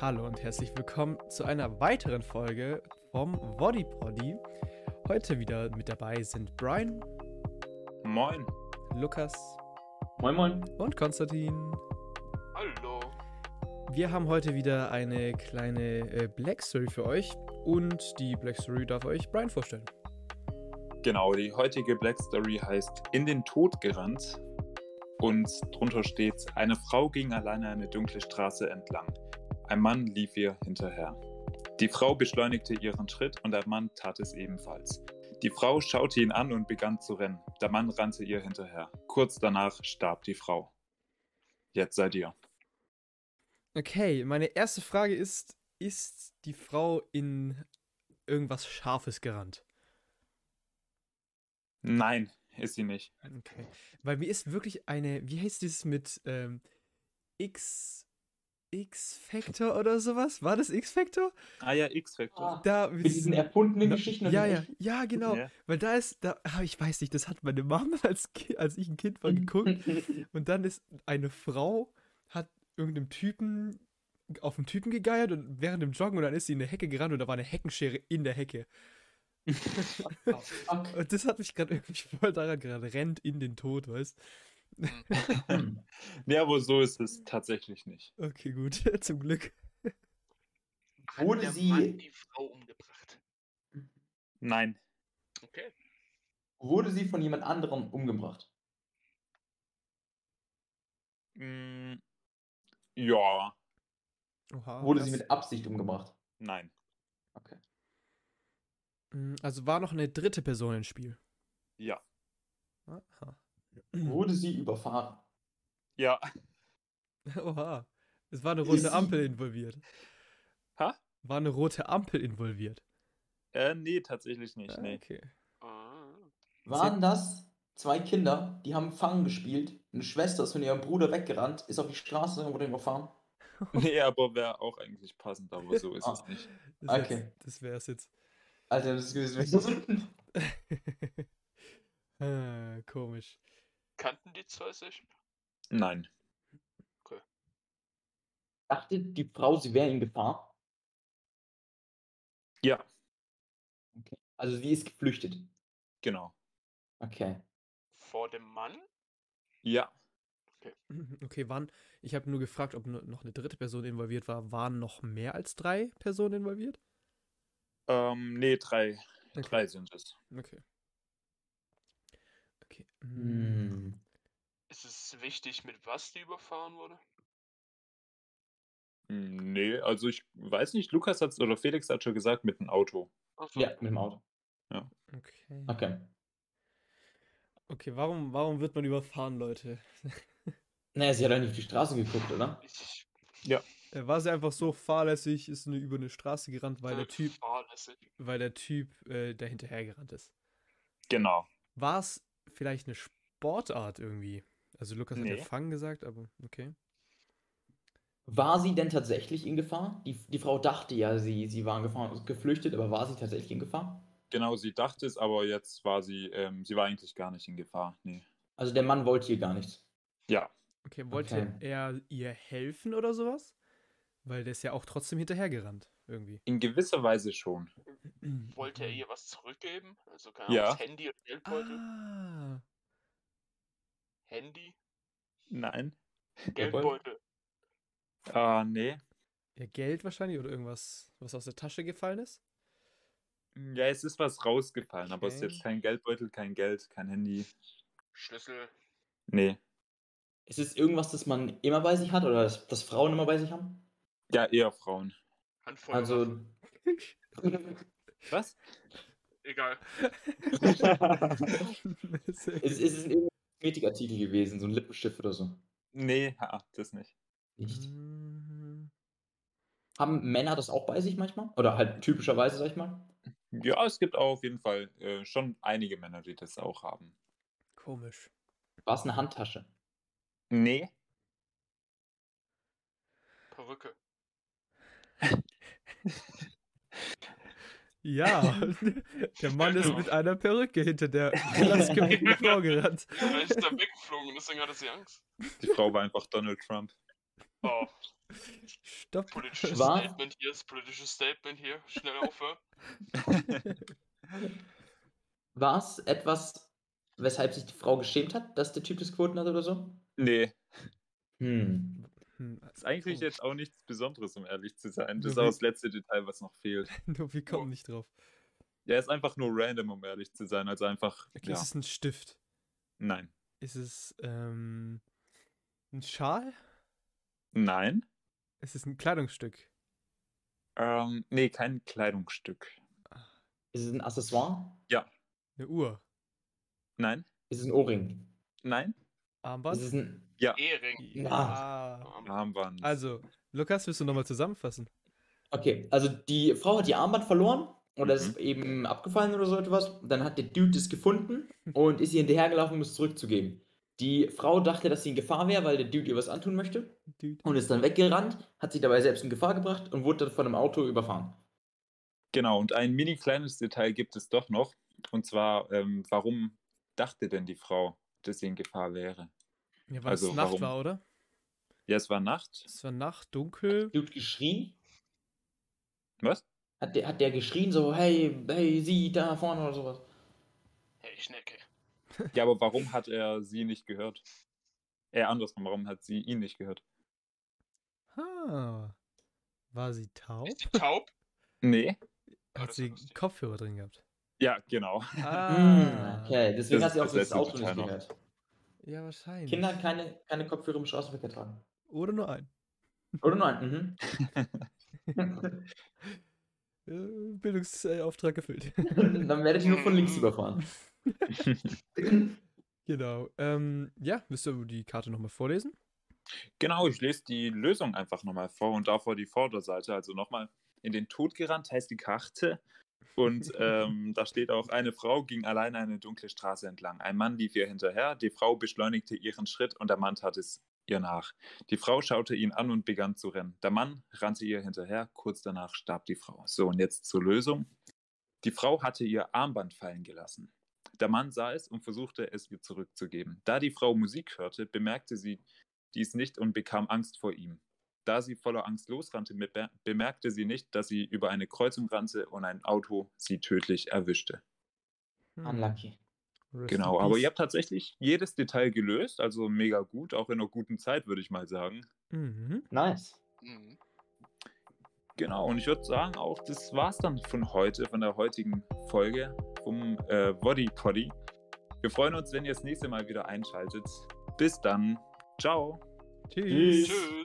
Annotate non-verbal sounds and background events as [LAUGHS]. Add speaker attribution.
Speaker 1: Hallo und herzlich willkommen zu einer weiteren Folge vom Body Poddy. Heute wieder mit dabei sind Brian,
Speaker 2: Moin.
Speaker 1: Lukas
Speaker 3: Moin Moin.
Speaker 1: und Konstantin.
Speaker 2: Hallo.
Speaker 1: Wir haben heute wieder eine kleine äh, Black Story für euch und die Black Story darf euch Brian vorstellen.
Speaker 2: Genau, die heutige Black Story heißt In den Tod gerannt und drunter steht, eine Frau ging alleine eine dunkle Straße entlang. Ein Mann lief ihr hinterher. Die Frau beschleunigte ihren Schritt und der Mann tat es ebenfalls. Die Frau schaute ihn an und begann zu rennen. Der Mann rannte ihr hinterher. Kurz danach starb die Frau. Jetzt seid ihr.
Speaker 1: Okay, meine erste Frage ist, ist die Frau in irgendwas Scharfes gerannt?
Speaker 2: Nein, ist sie nicht.
Speaker 1: Okay. Weil mir ist wirklich eine, wie heißt dieses mit ähm, X, X-Factor oder sowas? War das X-Factor?
Speaker 2: Ah ja, X-Factor.
Speaker 3: Ah,
Speaker 1: Da
Speaker 3: Mit diesen erfundenen
Speaker 1: Na,
Speaker 3: Geschichten. und
Speaker 1: ja,
Speaker 3: den
Speaker 1: ja,
Speaker 3: echten-
Speaker 1: ja, genau.
Speaker 2: Ja.
Speaker 1: Weil da ist, da, ah, ich weiß nicht, das hat meine Mama [LAUGHS] als, Ki- als ich ein Kind
Speaker 3: Mhm.
Speaker 1: war geguckt.
Speaker 3: [LAUGHS]
Speaker 1: Und dann ist eine Frau, hat irgendeinem Typen auf einen Typen gegeiert und während dem Joggen und dann ist sie in eine Hecke gerannt und da war eine Heckenschere in der Hecke.
Speaker 3: Fuck.
Speaker 1: Und das hat mich gerade [LAUGHS] irgendwie voll daran gerade rennt in den Tod, weißt
Speaker 3: Hm.
Speaker 2: Ja, aber so ist es tatsächlich nicht.
Speaker 1: Okay, gut, [LAUGHS] zum Glück.
Speaker 4: Hat
Speaker 3: Wurde
Speaker 4: der
Speaker 3: sie-
Speaker 4: Mann die Frau umgebracht?
Speaker 2: Nein,
Speaker 4: Okay.
Speaker 3: Wurde sie von jemand anderem umgebracht?
Speaker 2: Mm, Ja,
Speaker 1: Oha,
Speaker 3: Wurde sie
Speaker 1: krass.
Speaker 3: mit Absicht umgebracht?
Speaker 2: nein.
Speaker 3: Okay.
Speaker 1: Mm, Also war noch eine dritte Person im Spiel.
Speaker 2: Ja.
Speaker 1: Aha. Hm.
Speaker 3: Wurde sie überfahren?
Speaker 2: Ja.
Speaker 1: [LAUGHS]
Speaker 2: [LAUGHS]
Speaker 1: Oha. Es war eine
Speaker 3: Ist
Speaker 1: rote
Speaker 3: sie-
Speaker 1: Ampel involviert.
Speaker 2: Ha?
Speaker 1: War eine rote Ampel involviert.
Speaker 2: Äh, nee, tatsächlich nicht.
Speaker 1: Ah,
Speaker 2: Nee.
Speaker 1: Okay.
Speaker 4: Ah.
Speaker 3: Waren das zwei Kinder, die haben Fangen gespielt? Eine Schwester ist von ihrem Bruder weggerannt, ist auf die Straße und wurde überfahren.
Speaker 2: [LAUGHS] nee, aber wäre auch eigentlich passend, aber so ist
Speaker 3: Ah.
Speaker 2: es nicht.
Speaker 1: Das
Speaker 3: Okay.
Speaker 1: Jetzt, das wär's jetzt. [LAUGHS]
Speaker 3: Alter, das ist
Speaker 1: ah, komisch. [CLEARS THROAT]
Speaker 4: Kannten die zwei sich?
Speaker 2: Nein.
Speaker 3: Dachte die Frau, sie wäre in Gefahr?
Speaker 2: Ja,
Speaker 3: Okay. Also sie ist geflüchtet.
Speaker 2: genau.
Speaker 3: Okay.
Speaker 4: Vor dem Mann?
Speaker 2: Ja,
Speaker 1: Okay, waren. Ich habe nur gefragt, ob no- noch eine dritte Person involviert war. Waren noch mehr als drei Personen involviert?
Speaker 2: ähm, nee, drei.
Speaker 1: Okay.
Speaker 2: Drei sind es.
Speaker 1: Okay. Okay. mm,
Speaker 3: Hm.
Speaker 4: Ist es wichtig, mit was die überfahren wurde?
Speaker 2: Mm, Nee, also ich weiß nicht, Lukas hat oder Felix hat schon gesagt, mit einem Auto.
Speaker 4: Also,
Speaker 3: Ja, mit dem Auto.
Speaker 1: Okay.
Speaker 3: Okay.
Speaker 1: Okay, warum, warum wird man überfahren, Leute?
Speaker 3: Naja, sie hat doch nicht auf die Straße geguckt, oder?
Speaker 4: Ich
Speaker 1: Äh, War sie einfach so fahrlässig, ist eine, über eine Straße gerannt, weil der
Speaker 4: bin
Speaker 1: Typ,
Speaker 4: fahrlässig.
Speaker 1: weil der Typ äh, da hinterhergerannt ist.
Speaker 2: Genau.
Speaker 1: War es vielleicht eine Sportart irgendwie? Also Lukas hat
Speaker 2: Nee.
Speaker 1: ja Fang gesagt, aber okay.
Speaker 3: War sie denn tatsächlich in Gefahr? Die, die Frau dachte ja, sie, sie war in Gefahr, geflüchtet, aber war sie tatsächlich in Gefahr?
Speaker 2: Genau, sie dachte es, aber jetzt war sie, ähm, sie war eigentlich gar nicht in Gefahr. Nee.
Speaker 3: Also der Mann wollte hier gar nichts.
Speaker 2: Ja,
Speaker 1: Okay, wollte
Speaker 3: Okay.
Speaker 1: er ihr helfen oder sowas? Weil der ist ja auch trotzdem hinterhergerannt, irgendwie.
Speaker 2: in gewisser Weise schon.
Speaker 4: Wollte er ihr was zurückgeben? Also keine
Speaker 2: Ja.
Speaker 4: Ahnung, das Handy und Geldbeutel?
Speaker 1: Ah,
Speaker 4: Handy?
Speaker 2: Nein.
Speaker 4: Geldbeutel?
Speaker 2: Ah, nee.
Speaker 1: ja, Geld wahrscheinlich oder irgendwas, was aus der Tasche gefallen
Speaker 4: [LAUGHS]
Speaker 1: ist? [LAUGHS]
Speaker 2: Hm, Ja, es ist was rausgefallen, aber es ist
Speaker 1: Okay.
Speaker 2: jetzt kein Geldbeutel, kein Geld, kein Handy.
Speaker 4: Schlüssel?
Speaker 2: Nee.
Speaker 3: Ist es irgendwas, das man immer bei sich hat oder das, das Frauen immer bei sich haben?
Speaker 2: Ja, eher Frauen.
Speaker 4: Handvoll? Waffe,
Speaker 3: Also.
Speaker 2: Was?
Speaker 4: Egal.
Speaker 1: Sehr
Speaker 3: [LAUGHS] ist, ist es ein Kosmetikartikel gewesen, so ein Lippenstift oder so?
Speaker 2: Nee, ha, das nicht.
Speaker 3: Nicht.
Speaker 1: Mhm. gut.
Speaker 3: Haben Männer das auch bei sich manchmal? Oder halt typischerweise, sag ich mal?
Speaker 2: Ja, es gibt auch auf jeden Fall äh, schon einige Männer, die das auch haben.
Speaker 1: Komisch.
Speaker 3: War es eine Handtasche?
Speaker 2: Nee.
Speaker 4: Perücke?
Speaker 1: Ja, [LAUGHS] der Mann ist mit einer Perücke hinter der blassgewinten Frau gerannt.
Speaker 4: Ja, ist da weggeflogen, deswegen hatte sie Angst.
Speaker 2: Die Frau war einfach Donald Trump.
Speaker 4: Oh, [LAUGHS]
Speaker 1: Stopp.
Speaker 4: politisches
Speaker 3: War-
Speaker 4: Statement hier, das politische Statement hier. Schnell aufhören.
Speaker 3: War es etwas, weshalb sich die Frau geschämt hat, dass der Typ das Quoten hat oder so?
Speaker 2: Nee,
Speaker 3: Hm.
Speaker 1: Hm,
Speaker 2: ist eigentlich
Speaker 1: [LAUGHS] Oh.
Speaker 2: jetzt auch nichts Besonderes, um ehrlich zu sein. Das ist
Speaker 1: Mhm.
Speaker 2: auch das letzte Detail, was noch fehlt.
Speaker 1: Nur wir kommen nicht drauf.
Speaker 2: Der ist einfach nur random, um ehrlich zu sein. Also einfach,
Speaker 1: Okay,
Speaker 2: ja,
Speaker 1: Ist es ein Stift?
Speaker 2: nein.
Speaker 1: Ist es ähm, ein Schal?
Speaker 2: Nein?
Speaker 1: Ist es ein Kleidungsstück?
Speaker 2: Ähm, nee, kein Kleidungsstück.
Speaker 3: Ist es ein Accessoire?
Speaker 1: Eine Uhr?
Speaker 2: Nein?
Speaker 3: Ist es ein Ohrring?
Speaker 2: Nein?
Speaker 1: Armband?
Speaker 3: Ist es ein. Ah.
Speaker 4: Ehring.
Speaker 1: Ja.
Speaker 4: Arm.
Speaker 2: Armband.
Speaker 1: Also, Lukas, willst du nochmal zusammenfassen?
Speaker 3: Okay, also die Frau hat ihr Armband verloren oder
Speaker 2: Mhm.
Speaker 3: ist eben abgefallen oder so etwas. Dann hat der Dude es gefunden
Speaker 2: Hm.
Speaker 3: und ist ihr hinterhergelaufen, um es zurückzugeben. Die Frau dachte, dass sie in Gefahr wäre, weil der Dude ihr was antun möchte
Speaker 1: Dude.
Speaker 3: und ist dann weggerannt, hat sich dabei selbst in Gefahr gebracht und wurde dann von einem Auto überfahren.
Speaker 2: Genau, und ein mini kleines Detail gibt es doch noch. Und zwar, ähm, warum dachte denn die Frau, dass sie in Gefahr wäre?
Speaker 1: Ja, weil es
Speaker 2: Also,
Speaker 1: Nacht
Speaker 2: warum?
Speaker 1: war, oder?
Speaker 2: Ja, es war Nacht.
Speaker 1: Es war Nacht, dunkel.
Speaker 3: Dude geschrien,
Speaker 2: Was?
Speaker 3: hat der, hat der geschrien so, hey, hey, sie da vorne oder sowas.
Speaker 4: Hey, Schnecke.
Speaker 2: Ja, aber warum hat er sie nicht gehört? Äh, andersrum, warum hat sie ihn nicht gehört?
Speaker 1: Ah. War sie taub?
Speaker 4: Ist die taub?
Speaker 2: Nee?
Speaker 4: Ja,
Speaker 1: Hat
Speaker 4: das war
Speaker 1: sie
Speaker 4: lustig.
Speaker 1: Kopfhörer drin gehabt?
Speaker 2: Ja, genau.
Speaker 3: Hm,
Speaker 1: Ah.
Speaker 3: okay, deswegen
Speaker 2: Das
Speaker 3: hat sie auch
Speaker 2: ist
Speaker 3: so das
Speaker 2: das letzte
Speaker 3: Auto nicht
Speaker 2: Detail noch.
Speaker 3: gehört.
Speaker 1: Ja, wahrscheinlich.
Speaker 3: Kinder keine, keine Kopfhörer im Straßenverkehr tragen.
Speaker 1: Oder nur ein.
Speaker 3: Oder nein,
Speaker 2: [LAUGHS]
Speaker 3: mhm.
Speaker 1: Äh, Bildungsauftrag erfüllt. [LAUGHS]
Speaker 3: [LAUGHS] dann werde ich nur von links überfahren.
Speaker 1: genau. Ähm, ja, müsst ihr die Karte nochmal vorlesen?
Speaker 2: Genau, ich lese die Lösung einfach nochmal vor und davor die Vorderseite. Also nochmal in den Tod gerannt heißt die Karte. Und ähm, da steht auch, eine Frau ging alleine eine dunkle Straße entlang. Ein Mann lief ihr hinterher, die Frau beschleunigte ihren Schritt und der Mann tat es ihr nach. Die Frau schaute ihn an und begann zu rennen. Der Mann rannte ihr hinterher, kurz danach starb die Frau. So, und jetzt zur Lösung. Die Frau hatte ihr Armband fallen gelassen. Der Mann sah es und versuchte es ihr zurückzugeben. Da die Frau Musik hörte, bemerkte sie dies nicht und bekam Angst vor ihm. Da sie voller Angst losrannte, be- bemerkte sie nicht, dass sie über eine Kreuzung rannte und ein Auto sie tödlich erwischte.
Speaker 1: Hm.
Speaker 3: Unlucky.
Speaker 1: Rest in
Speaker 2: genau, aber
Speaker 1: peace.
Speaker 2: ihr habt tatsächlich jedes Detail gelöst, also mega gut, auch in einer guten Zeit, würde ich mal sagen.
Speaker 1: Mhm.
Speaker 3: Nice.
Speaker 4: Mhm.
Speaker 2: Genau, und ich würde sagen, auch das war's dann von heute, von der heutigen Folge vom äh, Body Poddy. Wir freuen uns, wenn ihr das nächste Mal wieder einschaltet. Bis dann. Ciao.
Speaker 1: Tschüss.
Speaker 3: Tschüss.
Speaker 4: Tschüss.